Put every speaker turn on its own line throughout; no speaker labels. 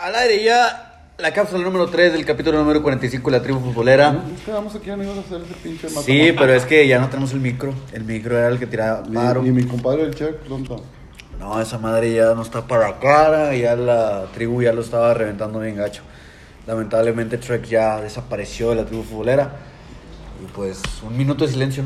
Al aire ya la cápsula número 3 del capítulo número 45 de la tribu futbolera.
Nos quedamos aquí amigos a hacer ese pinche mata-
Sí, pero es que ya no tenemos el micro. El micro era el que tiraba Maro.
Y, y mi compadre el pues, Che, pronto.
No, esa madre ya no está para cara. Ya la tribu ya lo estaba reventando bien gacho. Lamentablemente Trek ya desapareció de la tribu futbolera. Y pues un minuto de silencio.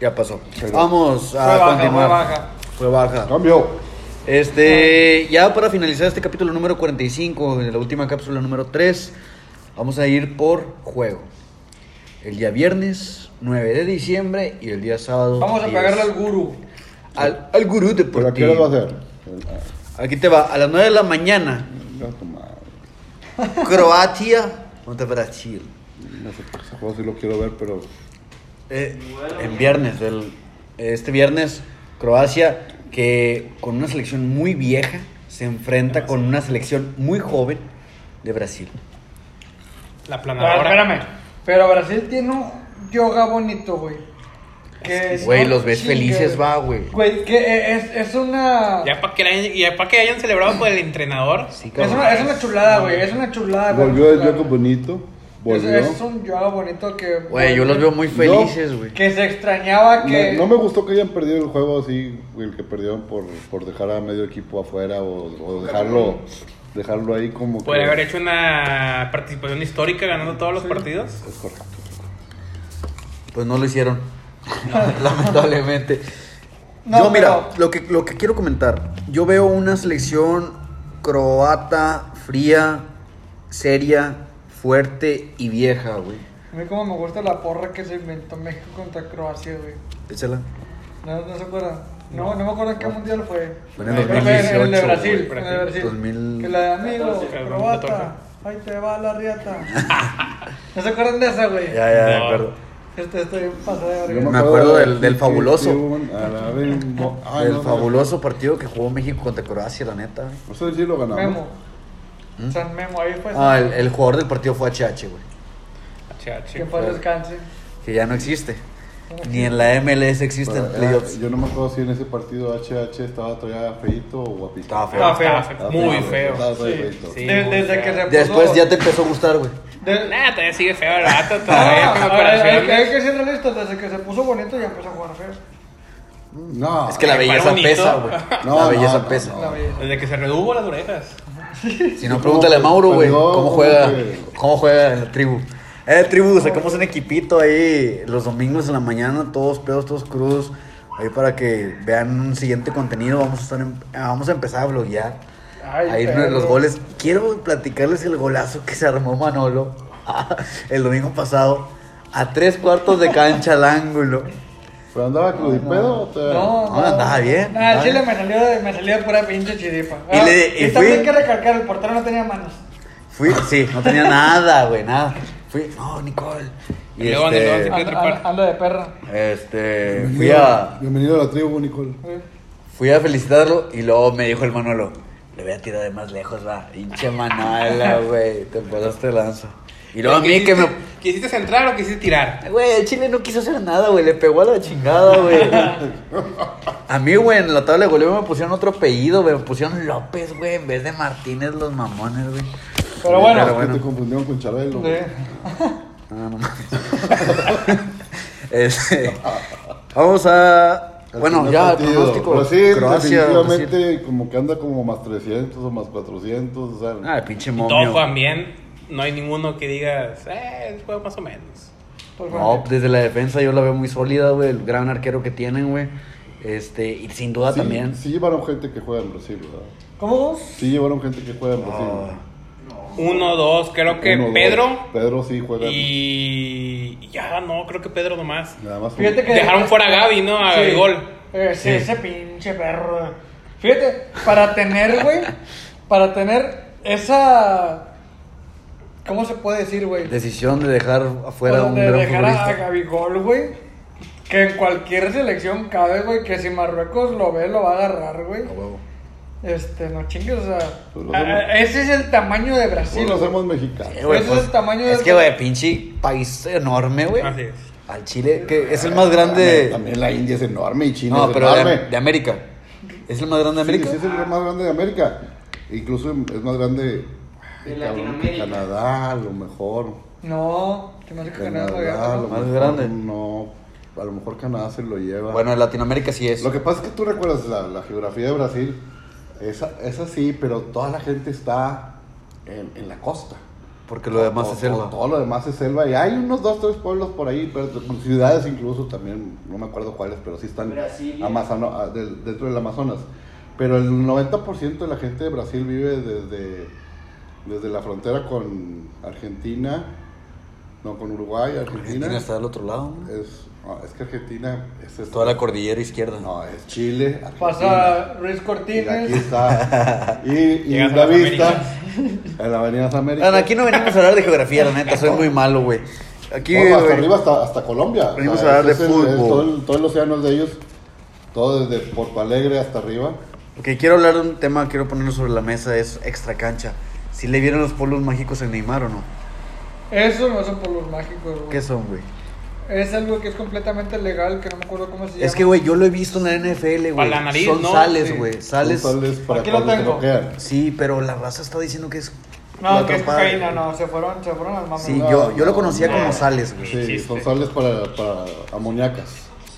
Ya pasó.
Pero-
Vamos a
Fue baja,
continuar.
fue baja.
Fue baja.
Cambio.
Este, ya para finalizar este capítulo número 45, de la última cápsula número 3, vamos a ir por juego. El día viernes 9 de diciembre y el día sábado.
Vamos a
10.
pegarle al guru.
al, al gurú
¿Pero a qué hora va a
deportivo.
ser?
Aquí te va, a las 9 de la mañana,
Ya tu ah, madre.
Croacia contra Brasil.
No sé, ese juego sí lo quiero ver, pero.
Eh, en viernes, el- este viernes, Croacia, que con una selección muy vieja, se enfrenta con una selección muy joven de Brasil.
La
Pero,
planadora.
espérame. Pero Brasil tiene un yoga bonito, güey. Que es-
Güey, los ves
chingue,
felices, va, güey.
Güey, que e- es, es una...
Ya para que, la hayan- ya pa' que hayan celebrado por el entrenador.
Sí,
Es
cabrón.
una, es una chulada, güey. Es una chulada, güey.
Volvió el
Claro.
Jacob bonito.
Es,
Volvió.
es un yoga bonito que...
Güey, yo los veo muy felices, güey.
Que se extrañaba que...
No, no me gustó que hayan perdido el juego así, el que perdieron por, por dejar a medio equipo afuera o, o dejarlo, dejarlo ahí como que.
Podría haber hecho una participación histórica ganando todos los partidos.
Es correcto.
Pues no lo hicieron. Lamentablemente.
No,
yo, mira,
pero-
lo, que, lo que quiero comentar. Yo veo una selección croata, fría, seria, fuerte y vieja, güey.
A mí como me gusta la porra que se inventó México contra Croacia, güey.
Échala.
No, no se acuerdan. No, no, me acuerdo en qué mundial fue.
Fue en el
Creo que
2018,
el de Brasil.
güey.
en el de Brasil.
2000.
Que la de amigo,
14,
probata.
14.
Ahí te va la riata. ¿No se acuerdan de esa, güey?
Ya, ya, de
No.
acuerdo.
Este, estoy pasado de
Yo
verga.
Me acuerdo
de-
del- del
que-
fabuloso.
que iban a la bimbo- Ay,
El
no, no,
fabuloso partido que jugó México contra Croacia, la neta. güey.
No sé si lo ganamos.
Memo.
¿Mm?
San Memo, ahí fue.
Ah, el, el jugador del partido fue HH, güey.
Cha,
que
chico.
en paz descanse.
Que ya no existe. Ni en la MLS existe
Pero
Ah,
en
era-
playoffs.
ah, yo no me acuerdo si en ese partido HH estaba todavía feito o guapito.
Estaba feo.
Estaba feo.
Estaba Muy feo.
Estaba todavía
Sí.
feito.
Sí, Ah,
De-
muy
desde
feo.
que se puso.
Después ya te empezó a gustar, güey.
de- Ah,
Nah, todavía sigue feo el vato,
No,
todavía con
a ver, hay, que- hay
operaciones.
que ser realistas. Desde que se puso bonito ya empezó a jugar feo.
No.
Es que la
Ay, fue
belleza
bonito.
pesa, güey.
No,
la
no,
belleza
no,
pesa.
La belleza.
Desde que se redujo las orejas.
Si no, pregúntale a Mauro, güey,
Perdió,
cómo juega,
¿cómo que?
cómo juega en la tribu. Eh, tribu, sacamos un equipito ahí los domingos en la mañana, todos pedos, todos crudos, ahí para que vean un siguiente contenido. Vamos a, estar en- ah, vamos a empezar a bloguear,
Ay,
a irnos
perro.
los goles. Quiero platicarles el golazo que se armó Manolo el domingo pasado, a tres cuartos de cancha al ángulo.
¿Pero andaba crudipedo o te...
No,
No, andaba bien,
No,
andaba
el chile
bien.
me salió, de- me salió de pura pinche chiripa.
Y
Ah,
le- y
y también
fui-
hay que recalcar, el portero no tenía manos.
Fui, sí, no tenía nada, güey, nada. Fui, no, Nicole.
Y luego Nicole se
Anda,
trepar.
anda- anda de perra.
Este, fui
Bienvenido,
a,
bienvenido a la tribu, Nicole.
fui a felicitarlo y luego me dijo el Manolo, le voy a tirar de más lejos, va, hinche Manola, güey, te pasaste de lanza. Y luego a mí que me...
¿Quisiste centrar o quisiste tirar?
Güey, el Chile no quiso hacer nada, güey, le pegó a la chingada, güey. A mí, güey, en la tabla de goleo me pusieron otro apellido, güey, me pusieron López, güey, en vez de Martínez, los mamones, güey.
Pero bueno.
Es
Pero
que te confundieron con Chabelo.
Sí.
No, no mames. Este, vamos a.
El
Bueno,
primer
ya,
partido.
pronóstico.
Brasil,
Croacia,
definitivamente,
Brasil.
como que anda como más 300 o más 400, o sea...
Ah, el pinche
Todos
momio.
juegan bien. No hay ninguno que digas, eh, juega más o menos.
Pues
No,
bueno.
desde la defensa yo la veo muy sólida, güey. El gran arquero que tienen, güey. Este, y sin duda
sí,
también.
Sí llevaron gente que juega en Brasil, ¿verdad?
¿Cómo?
Sí llevaron gente que juega en Brasil.
Ah.
Uno, dos, creo que
Uno, dos.
Pedro.
Pedro sí juega. en-
Y y ya, no, creo que Pedro nomás.
Nada más.
Fíjate que-
Dejaron fuera a Gaby, ¿no? A
Sí.
gol.
Eh, sí, ese pinche perro. Fíjate, para tener, güey, para tener esa... ¿Cómo se puede decir, güey?
Decisión de dejar
O
afuera
sea,
un
Pues de
gran
dejar a- a
futbolista.
Gabigol, güey. Que en cualquier selección cabe, güey. Que si Marruecos lo ve, lo va a agarrar, güey.
A huevo.
Este, no chingues, o sea.
Pues lo
a-
hacemos. Pues
a- ese es el tamaño de
Sí,
Brasil.
los
güey.
hacemos mexicanos.
Eh, güey,
Ese Pues es el tamaño
es
de-
que, güey, pinche país enorme, güey.
Así es.
Al Chile, que es el más grande.
También, también la India es enorme y China
no,
es
pero
enorme.
de, de América. ¿Es el más grande de América?
Sí, sí es el más grande de América. Incluso es más grande Ay,
de
cabrón, que
Latinoamérica.
Canadá, a lo mejor.
No, te me hace que Canadá todavía
Canadá, a lo
no.
¿Más
mejor
grande?
No, a lo mejor Canadá se lo lleva.
Bueno, en Latinoamérica sí es.
Lo que pasa es que tú recuerdas la, la geografía de Brasil, esa, esa sí, pero toda la gente está en, en la costa.
Porque lo demás
Todo-
es selva.
Todo, todo lo demás es selva. Y hay unos dos, tres pueblos por ahí, pero con ciudades incluso también, no me acuerdo cuáles, pero sí están
Brasilia.
amazano- ah, del- dentro del Amazonas. Pero el 90% de la gente de Brasil vive desde, desde la frontera con Argentina, no, con Uruguay, Argentina.
Argentina está del otro lado. ¿no?
es, no, es que Argentina es... es-
Toda la cordillera izquierda.
No, es Chile, Argentina.
Pasa Ruiz
Y aquí
Cortines.
está. Y, y
Llegas a
la
las
vista en la Avenida América.
Bueno, aquí no venimos a hablar de geografía, la neta, soy muy malo, güey. Aquí,
hasta
güey,
arriba hasta, hasta Colombia.
Venimos
O sea,
a hablar
ese
de
es el- el-
fútbol.
todo, el, todo el océano es de ellos. Todo desde Porto Alegre hasta arriba.
Ok, quiero hablar de un tema, quiero ponerlo sobre la mesa, es extra cancha. Si le vieron los polos mágicos en Neymar o no.
Eso no son por los mágicos, güey.
¿Qué son, güey?
Es algo que es completamente legal, que no me acuerdo cómo se llama.
Es que, güey, yo lo he visto en la NFL,
Para
güey.
la nariz,
Son
¿no?
sales,
Sí.
güey. Sales.
Son sales para
Aquí lo
cuando te
tengo.
bloquean.
Sí, pero la raza está diciendo que es.
No,
la
que es
trompada.
cocaína, no. Se fueron, se fueron al mame.
Sí,
güey.
No,
yo, yo lo
no,
conocía
no.
como sales, güey.
Sí,
Existe.
son sales para, para amoníacas,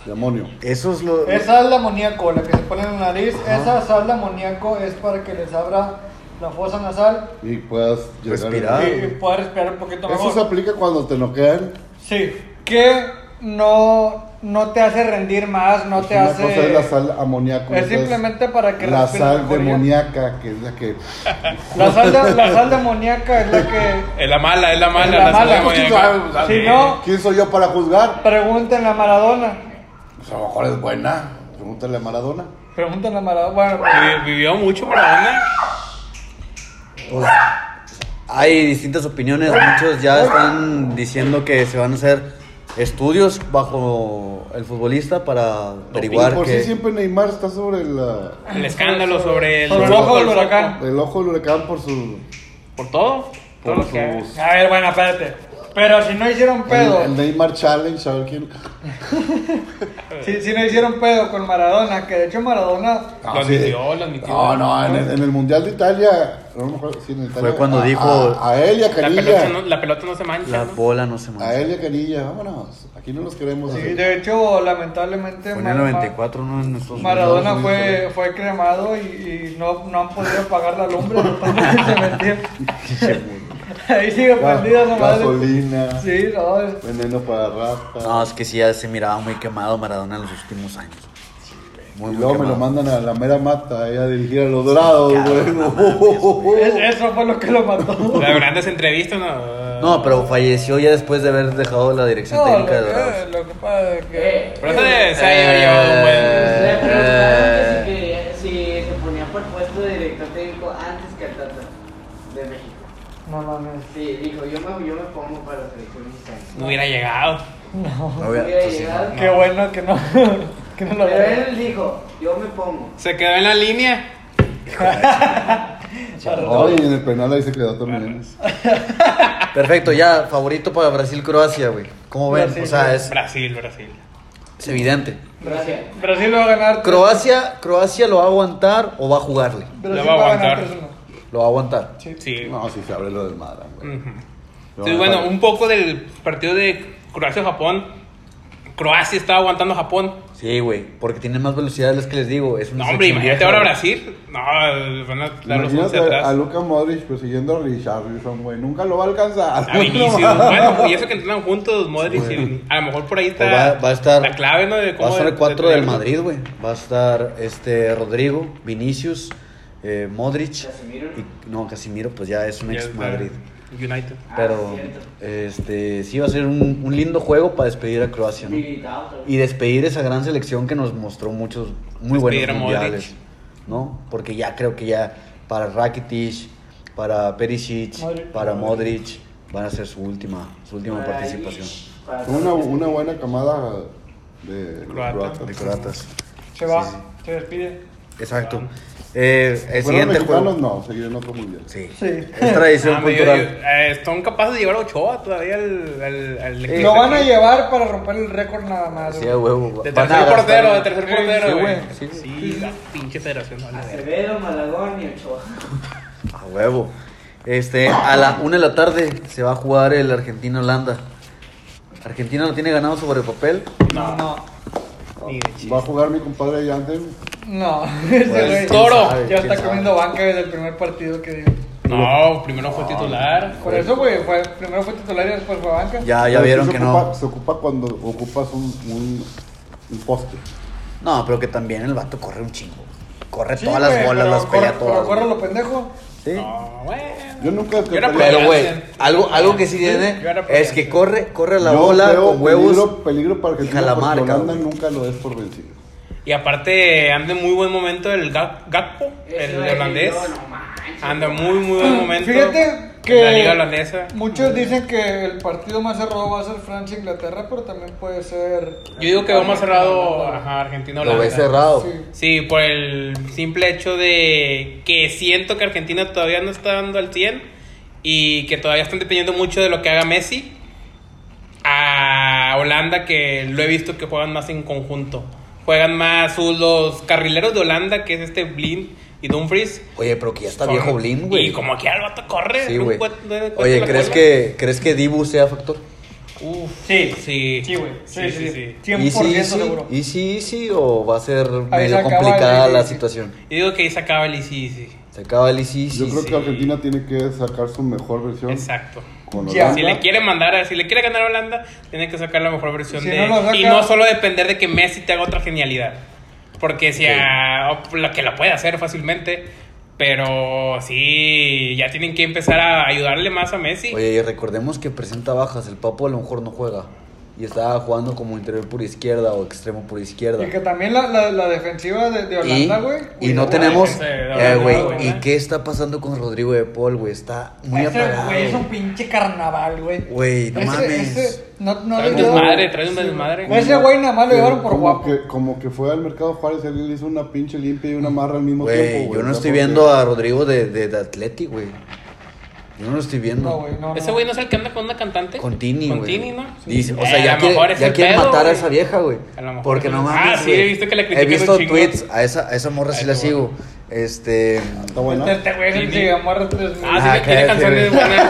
de amonio.
Eso es lo.
Esa es la amoníaco, la que se pone en la nariz.
Ajá.
Esa sal de amoníaco es para que les abra la fosa nasal
Y puedas llegar.
Respirar. Ah.
y, y pueda respirar un poquito
Eso
mejor.
se aplica cuando te noquean.
Sí, que no, no te hace rendir más, no te
Una
hace...
cosa es la sal amoníaco.
es
otra es
simplemente para que
La
respires
sal
mejor ya.
demoníaca, que es la que.
La sal, de, la sal de amoníaca es la que...
Es la mala, es la mala.
la mala.
salud,
¿Quién
güey.
sabe?
pues,
Si no,
¿Quién soy yo para juzgar?
pregúntenle a Maradona.
Pues a lo mejor es buena. Pregúntale a Maradona.
Pregúntenle a Maradona. Bueno, pues,
Vi- Vivió mucho Maradona.
Pues, hay distintas opiniones, muchos ya están diciendo que se van a hacer estudios bajo el futbolista para
Y
averiguar
por
que...
sí siempre Neymar está sobre la,
El escándalo sobre el,
Sobre el ojo del huracán.
el ojo del huracán por su.
Por todo. Todo
Por
lo que.
sus-
A ver, bueno, espérate. Pero si no hicieron pedo,
El, el Neymar Challenge, a ver quién.
si, si no hicieron pedo con Maradona, que de hecho Maradona...
Lo
Ah, sí.
admitió, lo admitió.
No, no, en el, en el Mundial de Italia. No me acuerdo, sí, en Italia.
cuando
a-
dijo-
A, a él y a
La pelota,
Canilla.
no, la pelota no se mancha.
La
¿no?
bola no se
A
mueve.
él y a Canilla, vámonos. Aquí no los queremos.
Sí,
así.
de hecho, lamentablemente...
Fue en el
Maradona-
94, ¿no? En Estados Unidos.
Maradona fue, fue cremado y, y no, no han podido apagar la lumbre no están en el cementerio. Ahí sigue
Ga-
prendida su madre.
Gasolina.
Sí, no, es-
Veneno para rata.
No, es que sí, ya se miraba muy quemado Maradona en los últimos años. Muy,
y
muy
luego me lo
quemado.
mandan a la mera mata, ahí a dirigir a los dorados, güey.
Cabrón, no mames,
es- eso fue lo que lo mató.
Las grandes entrevistas, no.
No, pero falleció ya después de haber dejado la dirección
No, lo
técnica de
que,
Dorados.
lo que pasa es que...
Pero eso de- se ha llevado un buen.
Le preguntaron que si, quería- si se ponía por puesto de director técnico antes que el Tata de México.
No mames.
Sí, dijo, yo me, yo me pongo para la selección mexicana.
No hubiera llegado.
No, obvia-
Hubiera
pues sí,
llegado.
Qué bueno que no, que no lo
Pero
Eh,
veo.
él dijo, yo me pongo.
Se quedó en la línea.
Ay, en el penal ahí se quedó también.
no. Perfecto, ya, favorito para Brasil-Croacia, güey. ¿Cómo ven?
Brasil,
o sea,
güey.
es,
Brasil, Brasil.
es evidente.
Gracias.
Brasil va a ganar.
Croacia, Croacia lo va a aguantar o va a jugarle.
Brasil
La va a
ganar
aguantar.
3-1.
Lo va a aguantar.
Sí.
No, si se abre lo del Madra, güey.
Ujú.
No,
Mm. Entonces,
no,
bueno,
no.
un poco del partido de Croacia-Japón. Croacia estaba aguantando a Japón.
Sí, güey, porque tiene más velocidad, es que les digo. Es una
No, hombre,
selección
imagínate
vieja,
ahora
güey.
Brasil. No, van a dar los once
Imagínate
atrás.
a Luka Modric persiguiendo a Richarlison, güey. Nunca lo va a alcanzar.
A Vinicius. bueno, y eso que entrenan juntos, Modric. y a lo mejor por ahí
Pues
está
va, va a estar.
la clave, ¿no? De
va a
cómo
estar el
de-
4
de-
del Madrid, güey. Va a estar este Rodrigo, Vinicius, eh, Modric.
Casemiro.
y- no, Casimiro, pues ya es un
Ya
ex
está.
Madrid.
United.
Pero
Ah, cierto.
este sí va a ser un, un lindo juego para despedir a Croacia, ¿no?
Militao también.
Y despedir esa gran selección que nos mostró muchos muy
Despedir
buenos
a Modric.
mundiales, ¿no? Porque ya creo que ya para Rakitic, para Perisic,
Modric.
para Modric van a ser su última su última
Para
participación
ahí, para-
Una, una buena camada de
Croata.
croatas.
de croatas.
Se va,
Sí, sí.
se despide.
Exacto. Eh, el
Bueno,
siguiente
mexicanos
juego.
no, seguir en otro mundial.
Sí.
Sí.
Es tradición
Ah, hombre, yo-
cultural.
yo- eh, son capaces de llevar a Ochoa todavía al. al, al
Eh,
Lo van a
al-
llevar para romper el récord nada más.
Sí,
güey.
a huevo.
De
Van a
tercer
gastar-
portero, de tercer
Sí, sí,
portero,
güey,
güey.
sí, güey.
Sí, la pinche federación. vale, verga.
Acevedo, Malagón y Ochoa.
A huevo. Este, a la una de la tarde se va a jugar el Argentina-Holanda. Argentina lo tiene ganado sobre papel.
No, no.
Ni de chiste.
Va a jugar mi compadre Yandem.
No, ese
Pues,
güey
toro.
ya
¿Quién
está
sabe?
comiendo banca desde el primer partido que dio.
No, primero fue titular.
Por eso, güey, fue- primero fue titular y después fue banca.
Pues. Ya, Ah, ya
Pero
vieron
sí
que
se ocupa-
no.
Se ocupa cuando ocupas un, un, un poste.
No, pero que también el vato corre un chingo. Corre
Sí,
todas las
güey,
bolas,
pero
las pelea
cor- Pero
todas.
corre lo pendejo.
Sí.
No, bueno.
Yo nunca
era
descartaría-
Pero, güey,
Hacen.
algo, algo que sí tiene
yo era
es que
por-
corre, corre la
Yo
bola
veo
con huevos.
Peligro, peligro para Argentina.
jala
porque
marca,
Holanda
güey.
nunca lo es por vencido.
Y aparte, anda en muy buen momento el Gak- Gakpo, el
Eso es,
holandés.
yo, no manches.
Ah,
Anda en muy, muy buen momento.
Ah, Fíjate que.
en La liga holandesa.
Muchos dicen que el partido más cerrado va a ser Francia-Inglaterra, pero también puede ser.
Yo digo que va más cerrado ajá, Argentina
Lo ve
Holanda.
cerrado.
Sí.
Sí, por el simple hecho de que siento que Argentina todavía no está dando al 100 y que todavía están dependiendo mucho de lo que haga Messi a Holanda que lo he visto que juegan más en conjunto. Juegan más sus- los carrileros de Holanda, que es este Blind y Dumfries.
Oye, pero que ya está
Son-
viejo Blin, güey.
Y como que el vato corre.
Sí,
no
güey.
encuent- no encuentra
Oye,
la
¿crees
bola.
que, ¿crees que Dibu sea factor?
Uf,
Sí.
sí.
Sí, güey. Sí, sí, sí. 100%
¿Y sí,
seguro.
¿Y sí, sí? ¿O va a ser
se
medio
acaba
complicada
el-
la
sí.
situación?
Yo digo que ahí se acaba el y sí, sí.
Se acaba el y sí, sí,
Yo creo
sí.
sí.
que Argentina tiene que sacar su mejor versión
Exacto.
con
Ya.
Holanda.
Si le quiere mandar, a- si le quiere ganar a Holanda, tiene que sacar la mejor versión
Si
de
no lo saca-
y no solo depender de que Messi te haga otra genialidad, porque si a- o la que la puede hacer fácilmente, pero sí ya tienen que empezar a ayudarle más a Messi.
Oye, y recordemos que presenta bajas. El Papo a lo mejor no juega. Y está jugando como interior por izquierda o extremo por izquierda.
Y que también la, la, la defensiva de, de
Y,
Holanda, güey.
y no
cuidado.
tenemos...
ese de
Eh,
Holanda,
güey,
güey.
¿y qué está pasando con Rodrigo de Paul, güey? Está muy
Ese,
apagado.
güey, es un pinche carnaval, güey.
Güey, no
Ese-
mames.
ese- no, no
Trae un
le dio-
desmadre, trae un
Sí,
desmadre.
güey. Pues Ese güey nada más lo
Pero
llevaron por
como
guapo.
Que, como que fue al mercado Juárez, él le hizo una pinche limpia y una marra al mismo
Güey,
tiempo.
yo no
O sea,
estoy
porque-
viendo a Rodrigo de, de, de Atleti, güey. Yo no lo estoy viendo.
No, güey, no.
Ese güey no es el que anda con una cantante.
Con Tini, güey.
Con Tini, ¿no?
Dice, o
Eh,
sea,
a
ya,
lo
quiere,
mejor es
ya
el
quiere
pedo,
matar a
güey.
esa vieja, güey.
A lo mejor
Porque
es
no
el-
mames.
Ah, sí,
güey.
he visto que la
He
critican un
visto
chingo.
tweets. A esa, a esa morra sí
Ay,
la
no.
sigo. Este.
Está buena.
Este güey es el
Tini.
que amarra tres mil.
Ah, sí,
Ah,
tiene- tiene
cállate,
canciones
güey.
buenas.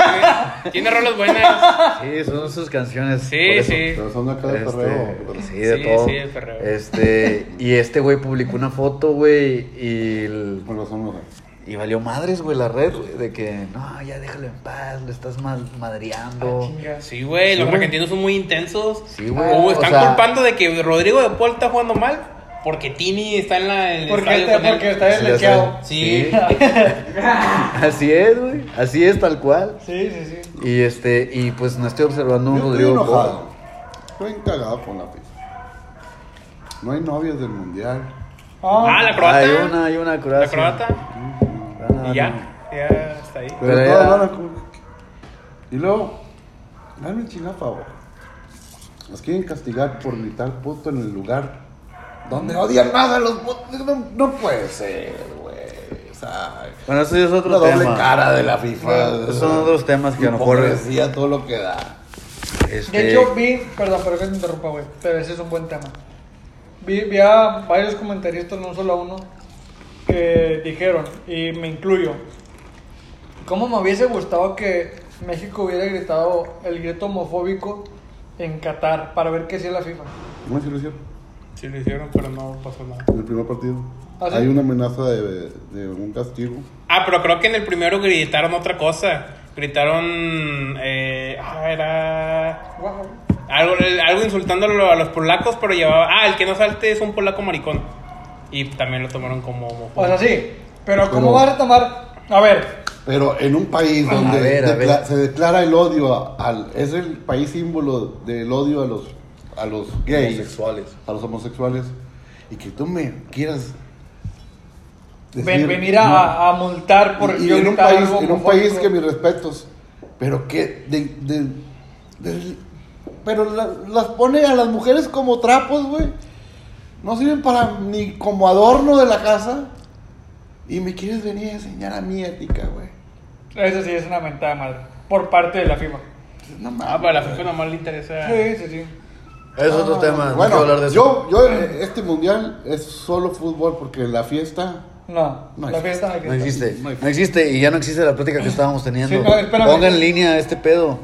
güey. Tiene rolas buenas.
Sí, son sus canciones.
Sí,
por eso.
sí.
Pero son acá de
Este,
perreo.
sí, de
Sí,
todo.
sí, de perreo.
Este, y este güey publicó una foto, güey, y, el-
Con razón, no sé.
y valió madres, güey, la red, güey, de que, no, ya déjalo en paz, le estás mal-
Ah,
madreando.
Sí, güey,
Sí,
los
güey.
argentinos son muy intensos.
Sí, güey,
O
o
están
sea-
culpando de que Rodrigo de Paul está jugando mal porque Tini está en la en el
Porque,
estadio
está,
con él.
porque
Sí,
está
la
deslecheado.
sabe.
Sí.
Así es, güey, así es, tal cual.
Sí, sí, sí.
Y este, y pues no estoy observando
Yo
un
estoy
Rodrigo
enojado.
Paul.
Estoy encagado con la pizza. No hay novias del mundial.
Ah, la croata.
Hay una, hay una
La
croata.
croata.
Ah,
y ya.
no.
Ya está ahí.
Pero,
Pero
todas
ya-
van a como que- Y luego, dame un chingado favor. Nos quieren castigar por gritar puto en el lugar donde odian más a los putos. No, no puede ser, güey. O sea,
Bueno, eso ya es
la
otro
doble
tema.
cara de la FIFA.
Esos son otros temas que a lo mejor-
Hipocresía, todo lo que da.
Este,
De hecho, vi, perdón, pero que te interrumpa, güey, pero ese es un buen tema. Vi, vi a varios comentaristas, no solo a uno, que dijeron, y me incluyo, ¿cómo me hubiese gustado que México hubiera gritado el grito homofóbico en Qatar para ver qué hacía la FIFA?
No se lo hicieron
Sí lo hicieron, pero no pasó nada.
en el primer partido.
¿Ah, sí?
Hay una amenaza de, de un castigo.
Ah, pero creo que en el primero gritaron otra cosa. Gritaron eh, ah, era
Wow.
algo algo insultándolo a los polacos, pero llevaba, ah, el que no salte es un polaco maricón. Y también lo tomaron como homofóbico.
O sea, sí, pero ¿cómo
Pero-
vas a tomar? A ver,
Pero en un país donde
ver, a
decla-
ver.
se declara el odio a- al es el país símbolo del odio a los a los gays,
Homosexuales.
a los homosexuales y que tú me quieras
ven-
decir,
venir a,
no.
a multar por
y, y
yo
en un
gritar
país
algo
en un
homofóbico.
país que mis respetos, pero que de, de- de- pero la- las pone a las mujeres como trapos, güey. No sirven para ni como adorno de la casa y me quieres venir a enseñar a mi ética, güey.
Eso sí es una mentada de madre, por parte de la FIFA.
Pues, No mames.
Ah, para la FIFA nomás le interesa.
Sí, sí, sí.
Es
Ah.
otro tema. no
Bueno,
quiero hablar de eso.
yo, yo, eh, este mundial es solo fútbol porque la fiesta
No,
No
la
existe.
fiesta no existe.
No existe, no existe y ya no existe la plática que estábamos teniendo.
Sí, no, espérame.
Ponga en línea este pedo.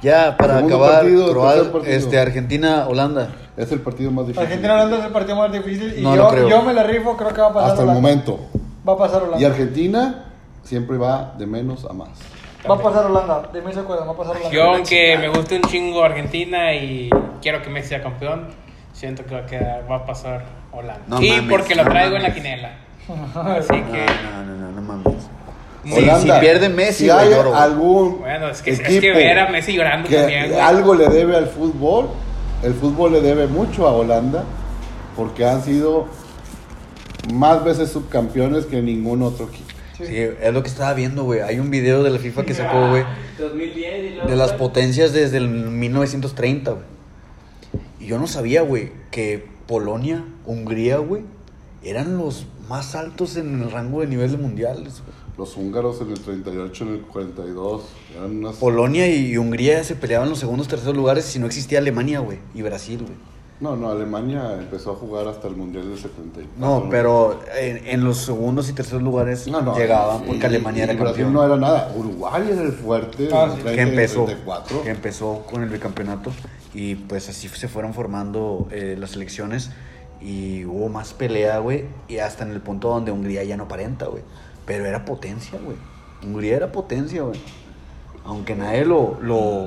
Ya para
Segundo
acabar,
partido,
Croacia,
tercer partido.
este Argentina, Holanda.
Es el partido más difícil.
Argentina Holanda es el partido más difícil y
No
yo,
lo creo.
yo me la rifo, creo que va a pasar
Hasta el
Holanda.
momento.
Va a pasar Holanda.
Y Argentina siempre va de menos a más.
Va a pasar Holanda, de mí se acuerdan, va a pasar Holanda.
Yo, aunque me gusta un chingo Argentina y quiero que Messi sea campeón, siento que va a, quedar, va a pasar Holanda.
No
y
mames,
porque lo
no
traigo en la
mames.
quinela. Así
No,
que,
no, no, no, no mames.
Sí,
Si, si pierde Messi,
si
güey,
hay
lloro, güey.
algún
bueno, es que, es que
equipo
ver a Messi llorando
que
también. güey.
algo le debe al fútbol, el fútbol le debe mucho a Holanda porque han sido más veces subcampeones que ningún otro equipo.
Sí, es lo que estaba viendo, güey. Hay un video de la FIFA que sacó, güey,
2010 y luego.
de las potencias desde el 1930, güey. Y yo no sabía, güey, que Polonia, Hungría, güey, eran los más altos en el rango de niveles mundiales. güey.
Los húngaros en el 38, en el 42, eran unas...
Polonia y Hungría se peleaban los segundos, terceros lugares si no existía Alemania, güey, y Brasil, güey.
No, no, Alemania empezó a jugar hasta el Mundial del 74.
No, pero en, en los segundos y terceros lugares
No, no,
llegaban
sí,
porque Alemania
y
era
Brasil
campeón.
no era nada. Uruguay era el fuerte.
Ah,
en el
sí.
30
que
y en el
empezó,
34.
que empezó con el bicampeonato y pues así se fueron formando eh, las elecciones y hubo más pelea, güey, y hasta en el punto donde Hungría ya no aparenta, güey, pero era potencia, güey. Hungría era potencia, güey. Aunque nadie lo, lo,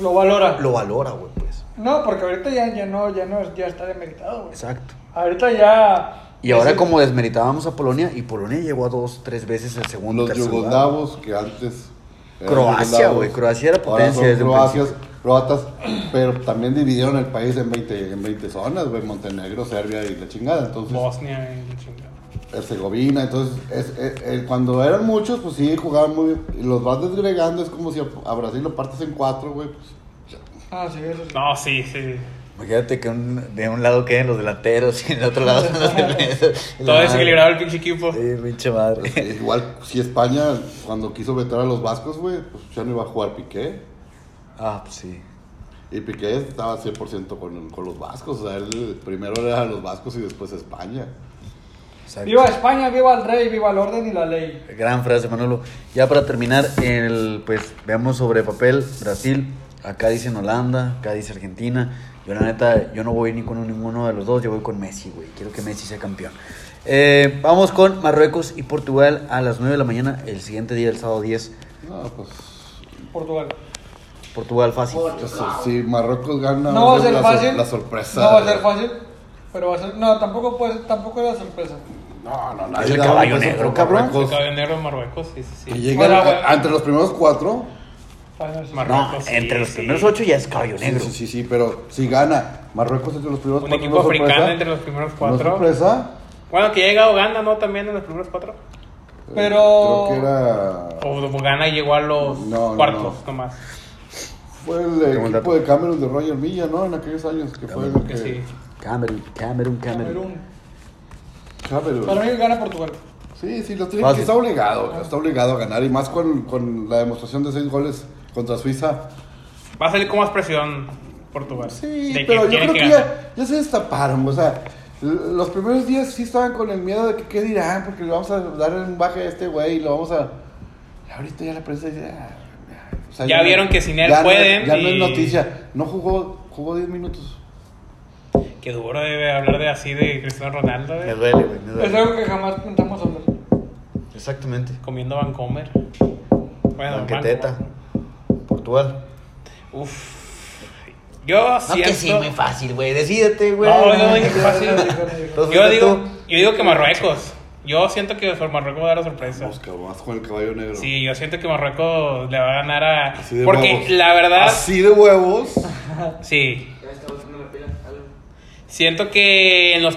Lo valora.
lo valora, güey, pues.
No, porque ahorita ya, ya no, ya no, ya está demeritado, güey.
Exacto.
Ahorita ya.
Y ahora
es el-
como desmeritábamos a Polonia, y Polonia llegó a dos, tres veces el segundo,
Los
tercer lugar.
yugoslavos que antes. eran
Croacia,
yugoslavos,
güey, Croacia era
ahora
potencia
son
desde un
croacias, croatas, pero también dividieron el país en 20, en 20 zonas, güey. Montenegro, Serbia y la chingada. Entonces,
Bosnia, y chingado.
Herzegovina. Entonces, es- es- eh, cuando eran muchos, pues sí, jugaban muy bien. Y los vas desgregando, es como si a, a Brasil lo partes en cuatro, güey. pues,
Ah, sí, eso sí.
No, sí, sí.
Imagínate que un- de un lado queden los delanteros y del otro lado son los defensas.
Todo desequilibrado el pinche equipo.
Sí, pinche madre.
Eh, Igual, si España, cuando quiso vetar a los vascos, güey, pues ya no iba a jugar Piqué.
Ah, pues sí.
Y Piqué estaba 100% con, con los vascos. O sea, él primero era los vascos y después España.
Exacto.
Viva España, viva el rey, viva el orden y la ley.
Gran frase, Manolo. Ya para terminar, el, pues veamos sobre papel Brasil. Acá dicen Holanda, acá dice Argentina. Yo la neta, yo no voy ni con ninguno de los dos, yo voy con Messi, güey. Quiero que Messi sea campeón. Eh, vamos con Marruecos y Portugal a las 9 de la mañana, el siguiente día, el sábado 10.
No, pues.
Portugal.
Portugal fácil.
eso, si Marruecos gana,
No va a ser
la, sor-
fácil.
la sorpresa.
No va a ser fácil. Pero va a ser. No, tampoco puede ser- tampoco es la sorpresa.
No, no, nadie
Es el
daba
caballo
peso
negro,
por
cabrón.
El
Marruecos.
caballero de Marruecos, sí, sí,
Que
sí.
llegan
Hola,
a-
güey.
entre los primeros cuatro.
Final, sí.
Marruecos.
No,
sí,
entre los
sí.
primeros 8 ya es caballo
Sí,
negro.
sí, sí, sí, pero si gana Marruecos entre los primeros
Un
cuatro.
equipo
no es
africano
sorpresa.
entre los primeros
No es
cuatro.
sorpresa.
Bueno, que llega Uganda, ¿no? También en los primeros cuatro.
Pero-
eh, Creo que era.
O Uganda llegó a los
No, no,
cuartos
no.
nomás.
Fue el eh,
buen
equipo
dato.
de Cameron de Roger Villa, ¿no? En aquellos años que fue el
Que
que...
sí.
Camerún, Camerún, Camerún.
Camerún.
Cameron.
Para mí gana Portugal.
Sí, sí, lo tiene
Fácil.
está obligado, güey, está obligado a ganar. Y más con, con la demostración de seis goles contra Suiza.
Va a salir con más presión Portugal.
Sí,
De que
pero yo
tiene
creo que,
ganar.
ya, ya se destaparon, o sea... l- Los primeros días sí estaban con el miedo de que qué dirán, porque le vamos a dar un baje a este güey y lo vamos a... y ahorita ya la prensa dice, "Ah, ya... o sea,
Ya vieron que sin él
ya no-
pueden
ya no es
y-
noticia. No jugó, jugó 10 minutos.
Qué duro debe hablar de así de Cristiano Ronaldo,
Me
de-
duele, güey, me
Es
duele.
algo que jamás pensamos hablar.
Exactamente.
comiendo Vancomer. Bueno,
Banqueteta.
Vancomer.
Portugal.
Uf. Yo
No,
siento...
que sí, muy fácil, güey. Decídete, güey.
No, yo no dije fácil.
Entonces,
Yo
fuiste
digo,
tú.
yo digo que Marruecos. Yo siento que Marruecos va a dar la sorpresa.
Vamos, cabrón, vas con el caballo negro.
Sí, yo siento que Marruecos le va a ganar a.
Así de
Porque
huevos.
la verdad,
Así de huevos.
sí.
Ya está buscando la pila. algo.
Siento que en los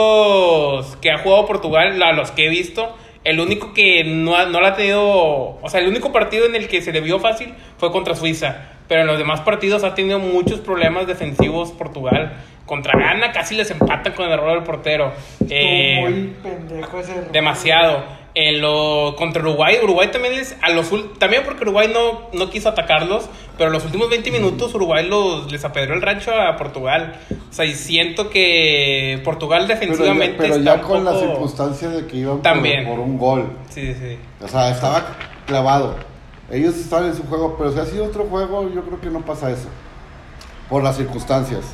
partidos que ha jugado Portugal, la- los que he visto, el único que no, ha- no la ha tenido. O sea, el único partido en el que se le vio fácil fue contra Suiza. Pero en los demás partidos ha tenido muchos problemas defensivos Portugal. Contra Ghana casi les empatan con el error del portero. Eh,
Estuvo muy pendejo ese error.
demasiado. En lo, contra Uruguay, Uruguay también es a los ul- también porque Uruguay no, no quiso atacarlos, pero los últimos 20 minutos Uruguay los les apedreó el rancho a Portugal. O sea, y siento que Portugal
Pero
defensivamente
ya, pero
está
ya
un
con las
poco-
circunstancias de que iban por-
También.
por un gol.
Sí, sí.
O sea, estaba clavado. Ellos estaban en su juego, pero si ha sido otro juego, yo creo que no pasa eso. Por las circunstancias.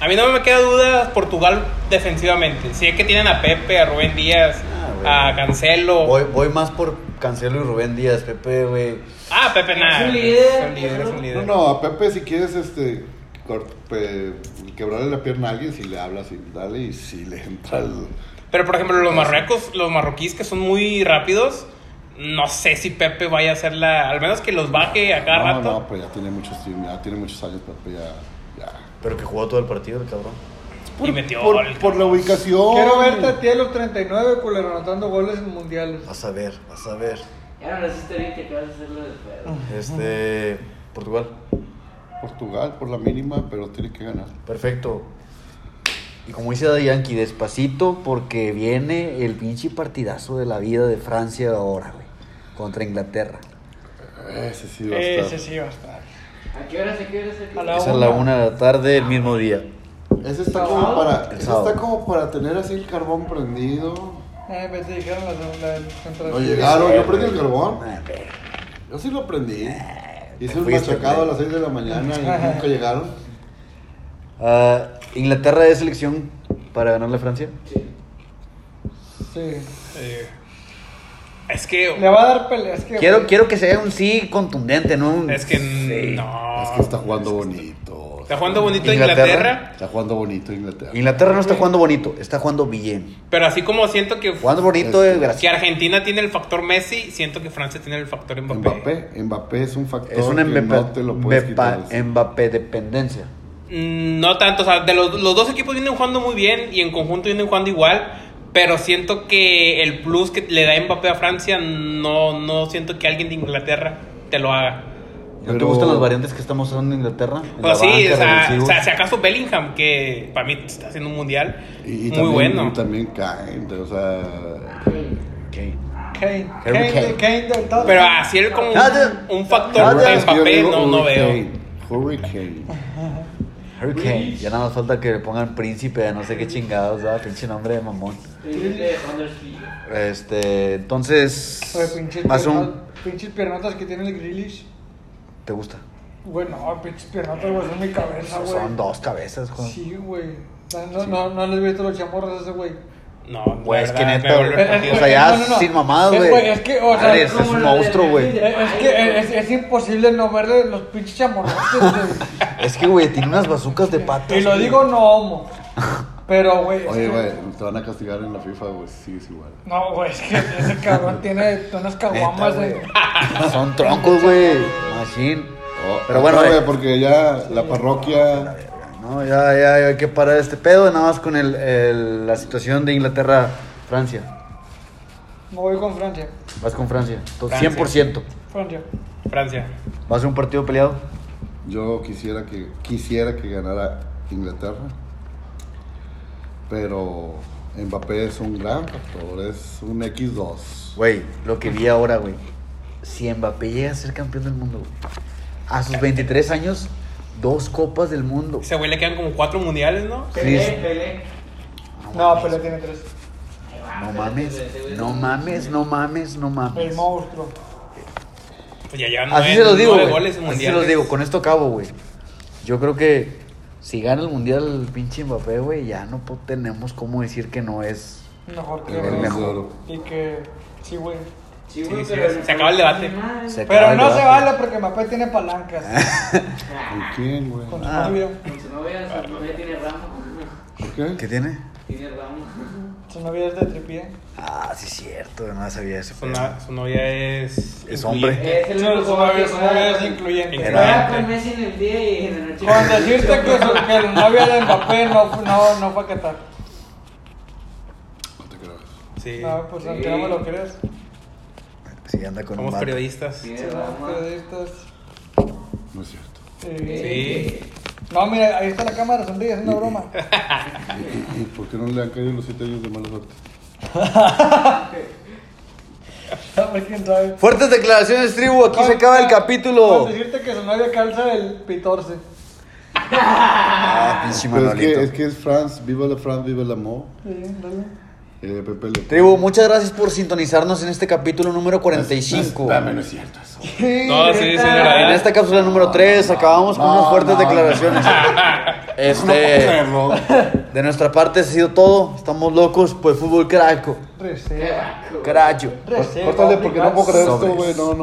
A mí no me queda duda Portugal defensivamente. Si es que tienen a Pepe, a Rubén Díaz,
Ah, bueno.
a Cancelo.
Voy, voy más por Cancelo y Rubén Díaz, Pepe, güey.
Ah, Pepe nada.
Es un líder.
Es un líder, es un líder.
No, no, a Pepe si quieres este cort- pe- quebrarle la pierna a alguien, si le hablas y dale y si le entra el...
Pero por ejemplo, los marruecos, los marroquíes que son muy rápidos, no sé si Pepe vaya a hacer la. Al menos que los baje a cada
no,
rato.
no, pero ya tiene muchos ya tiene muchos años Pepe ya. ya.
Pero que jugó todo el partido, el cabrón.
Y metió
por,
gol.
por la ubicación.
Quiero verte a ti a los 39, culero, anotando goles en mundiales.
Vas a ver, vas a ver.
Ya no la historia que acabas de hacerlo después.
Este. Portugal.
Portugal por la mínima, pero tiene que ganar.
Perfecto. Y como dice Daddy Yankee, despacito porque viene el pinche partidazo de la vida de Francia ahora, güey. Contra Inglaterra.
Ese sí va a estar.
Ese sí va a estar.
¿A qué hora se qué hora se
A la
Esa es la una de la tarde, el mismo día.
Ese está
El
como
sábado.
para,
El
ese
sábado.
está como para tener así el carbón prendido.
Eh, pues te dijeron la segunda vez. contra-
No llegaron, yo prendí el carbón.
Ah,
Yo sí lo prendí. Hice
Eh, te
un
fuiste,
machacado a
güey.
las 6 de la mañana y nunca llegaron.
Ah, Inglaterra es selección para ganarle a Francia.
Sí.
Eh, es que.
Le va a dar pelea. Es que,
Quiero, quiero que sea un sí contundente, ¿no? un
Es que.
sí.
No.
es que está jugando bonito.
Está jugando bonito
Inglaterra.
Inglaterra.
Está jugando bonito Inglaterra.
Inglaterra no está jugando bonito, está jugando bien.
Pero así como siento que,
Jugando bonito es
que
gracia.
Argentina tiene el factor Messi, siento que Francia tiene el factor Mbappé.
Mbappé, Mbappé es un factor
Es una
que no te
Mbappé,
lo puedes quitar.
Mbappé- Mbappé dependencia.
Mm, No tanto, o sea, de los, los dos equipos vienen jugando muy bien y en conjunto vienen jugando igual, pero siento que el plus que le da Mbappé a Francia, no, no siento que alguien de Inglaterra te lo haga.
¿No te
Pero-
gustan las variantes que estamos usando en Inglaterra? En la
Pues sí,
banca,
o sea,
revulsivos.
o sea, si acaso Bellingham, que para mí está haciendo un mundial
Y, y
muy
también,
bueno.
y también caen, o sea,
Ok.
Kane.
Harry
Kane, Kane.
Kane.
del todo.
Pero así era como un,
Nada.
un factor
Nada.
de
Es que yo
Mbappé,
digo
no, no veo.
Hurricane, Hurricane.
Harry Kane. Ya nada más falta que le pongan príncipe de no sé qué chingados, ¿verdad? Pinche nombre de mamón.
de Huddersfield.
Este, entonces.
Oye, pinches,
Más
piernotas-
un.
pinches piernotas que tiene el Grealish.
¿Te gusta? Pues,
Güey, no, pinches piernotas, güey, son mi cabeza, Ah, güey.
Son dos cabezas, Juan.
Sí, güey. No, no, no, no les visto los chamorros a ese güey.
No,
Güey,
la
es que
verdad,
neta,
me vuelve
o
perdido.
sea, ya
No, no, no.
sin mamadas,
Es,
güey.
güey, es que, o sea,
Madres, es
como
un
lo de-
monstruo, güey.
Eh, Es que es, es imposible no verle los pinches chamorrotes, güey.
Es que, güey, tiene unas bazucas de patas.
Y lo
güey.
digo no homo. Pero, güey. es
Oye,
que-
güey, te van a castigar en la FIFA, güey, sí, es igual.
No, güey, es que ese cabrón tiene unas
Neta,
caguamas
güey.
de.
Son troncos, güey. Machín.
Oh,
Pero bueno,
otra,
eh.
güey, porque ya la parroquia...
No, ya, ya, ya hay que parar este pedo. Nada más con el, el- la situación de Inglaterra-Francia.
Me voy con Francia.
Vas con Francia. to-
Francia.
100%.
Francia.
Francia.
Va a ser un partido peleado.
Yo quisiera que quisiera que ganara Inglaterra, pero Mbappé es un gran factor, es un X2.
Güey, lo que vi ahora, güey. Si Mbappé llega a ser campeón del mundo, güey. A sus 23 años, dos copas del mundo.
Ese güey le quedan como cuatro mundiales, ¿no?
Pelé,
Sí.
Pelé.
No, pero tiene tres.
No mames, no mames, no mames, no
El
mames.
monstruo.
Pues ya llevan
Así
nueve-
se los digo,
nueve
güey.
goles en
Así se
mundiales.
los digo, con esto acabo, güey. Yo creo que si gana el mundial el pinche Mbappé, güey, ya no po- tenemos cómo decir que no es.
Mejor que.
El balón de
mejor.
oro.
Y que. Sí, güey.
Sí, güey,
Sí,
pero
sí, se acaba el debate.
Ay,
Se acaba
Pero
el
no se
debate.
vale porque Mbappé tiene palancas.
¿Con
ah,
quién, güey?
Con su
Ah.
novia.
Con su novia, su novia tiene ramo.
¿Por qué?
¿Qué tiene?
Tiene ramo.
Su novia es de tripié.
Ah, sí, es cierto, no sabía eso.
Su, na- su novia es.
Es hombre.
incluyente.
Es el
Su
único
su
jugador
novia
que
su novia es
juega.
incluyente.
Era-
Juega con Messi en el día y en la noche.
Con decirte que, su, que la novia de Mbappé no, fu- no, no fue a Qatar.
No te creo.
Sí.
No, pues
Sí.
aunque no me lo creas.
Sí, anda con un
Somos
vato.
periodistas. Sí.
Tiene
Sí,
ramo.
periodistas.
No es cierto.
Sí. eh, No, mira, ahí está la cámara, sonríe, es una broma.
¿Y, y- y por qué no le han caído los 7 años de mala suerte?
A ver quién sabe.
Fuertes declaraciones, tribu. Aquí se acaba el capítulo.
Con decirte que Sonaria calza el pitorce.
Ah, pinche
Pero es, que,
Manolito.
es que es France, viva la France, viva el amor.
Sí, dale.
Eh, Pepe Le...
Tribu, muchas gracias por sintonizarnos en este capítulo número 45.
Pues, Dame, no es cierto eso.
No, sí, sí, la
En
verdad.
esta cápsula número 3 acabamos con
No,
unas fuertes
no,
declaraciones.
No puedo
Este,
creerlo.
de nuestra parte ha sido todo. Estamos locos por el fútbol caraco.
Reserva.
Carajo.
Reserva.
Córtale porque no puedo creer esto,
Sobres.
güey. No, no.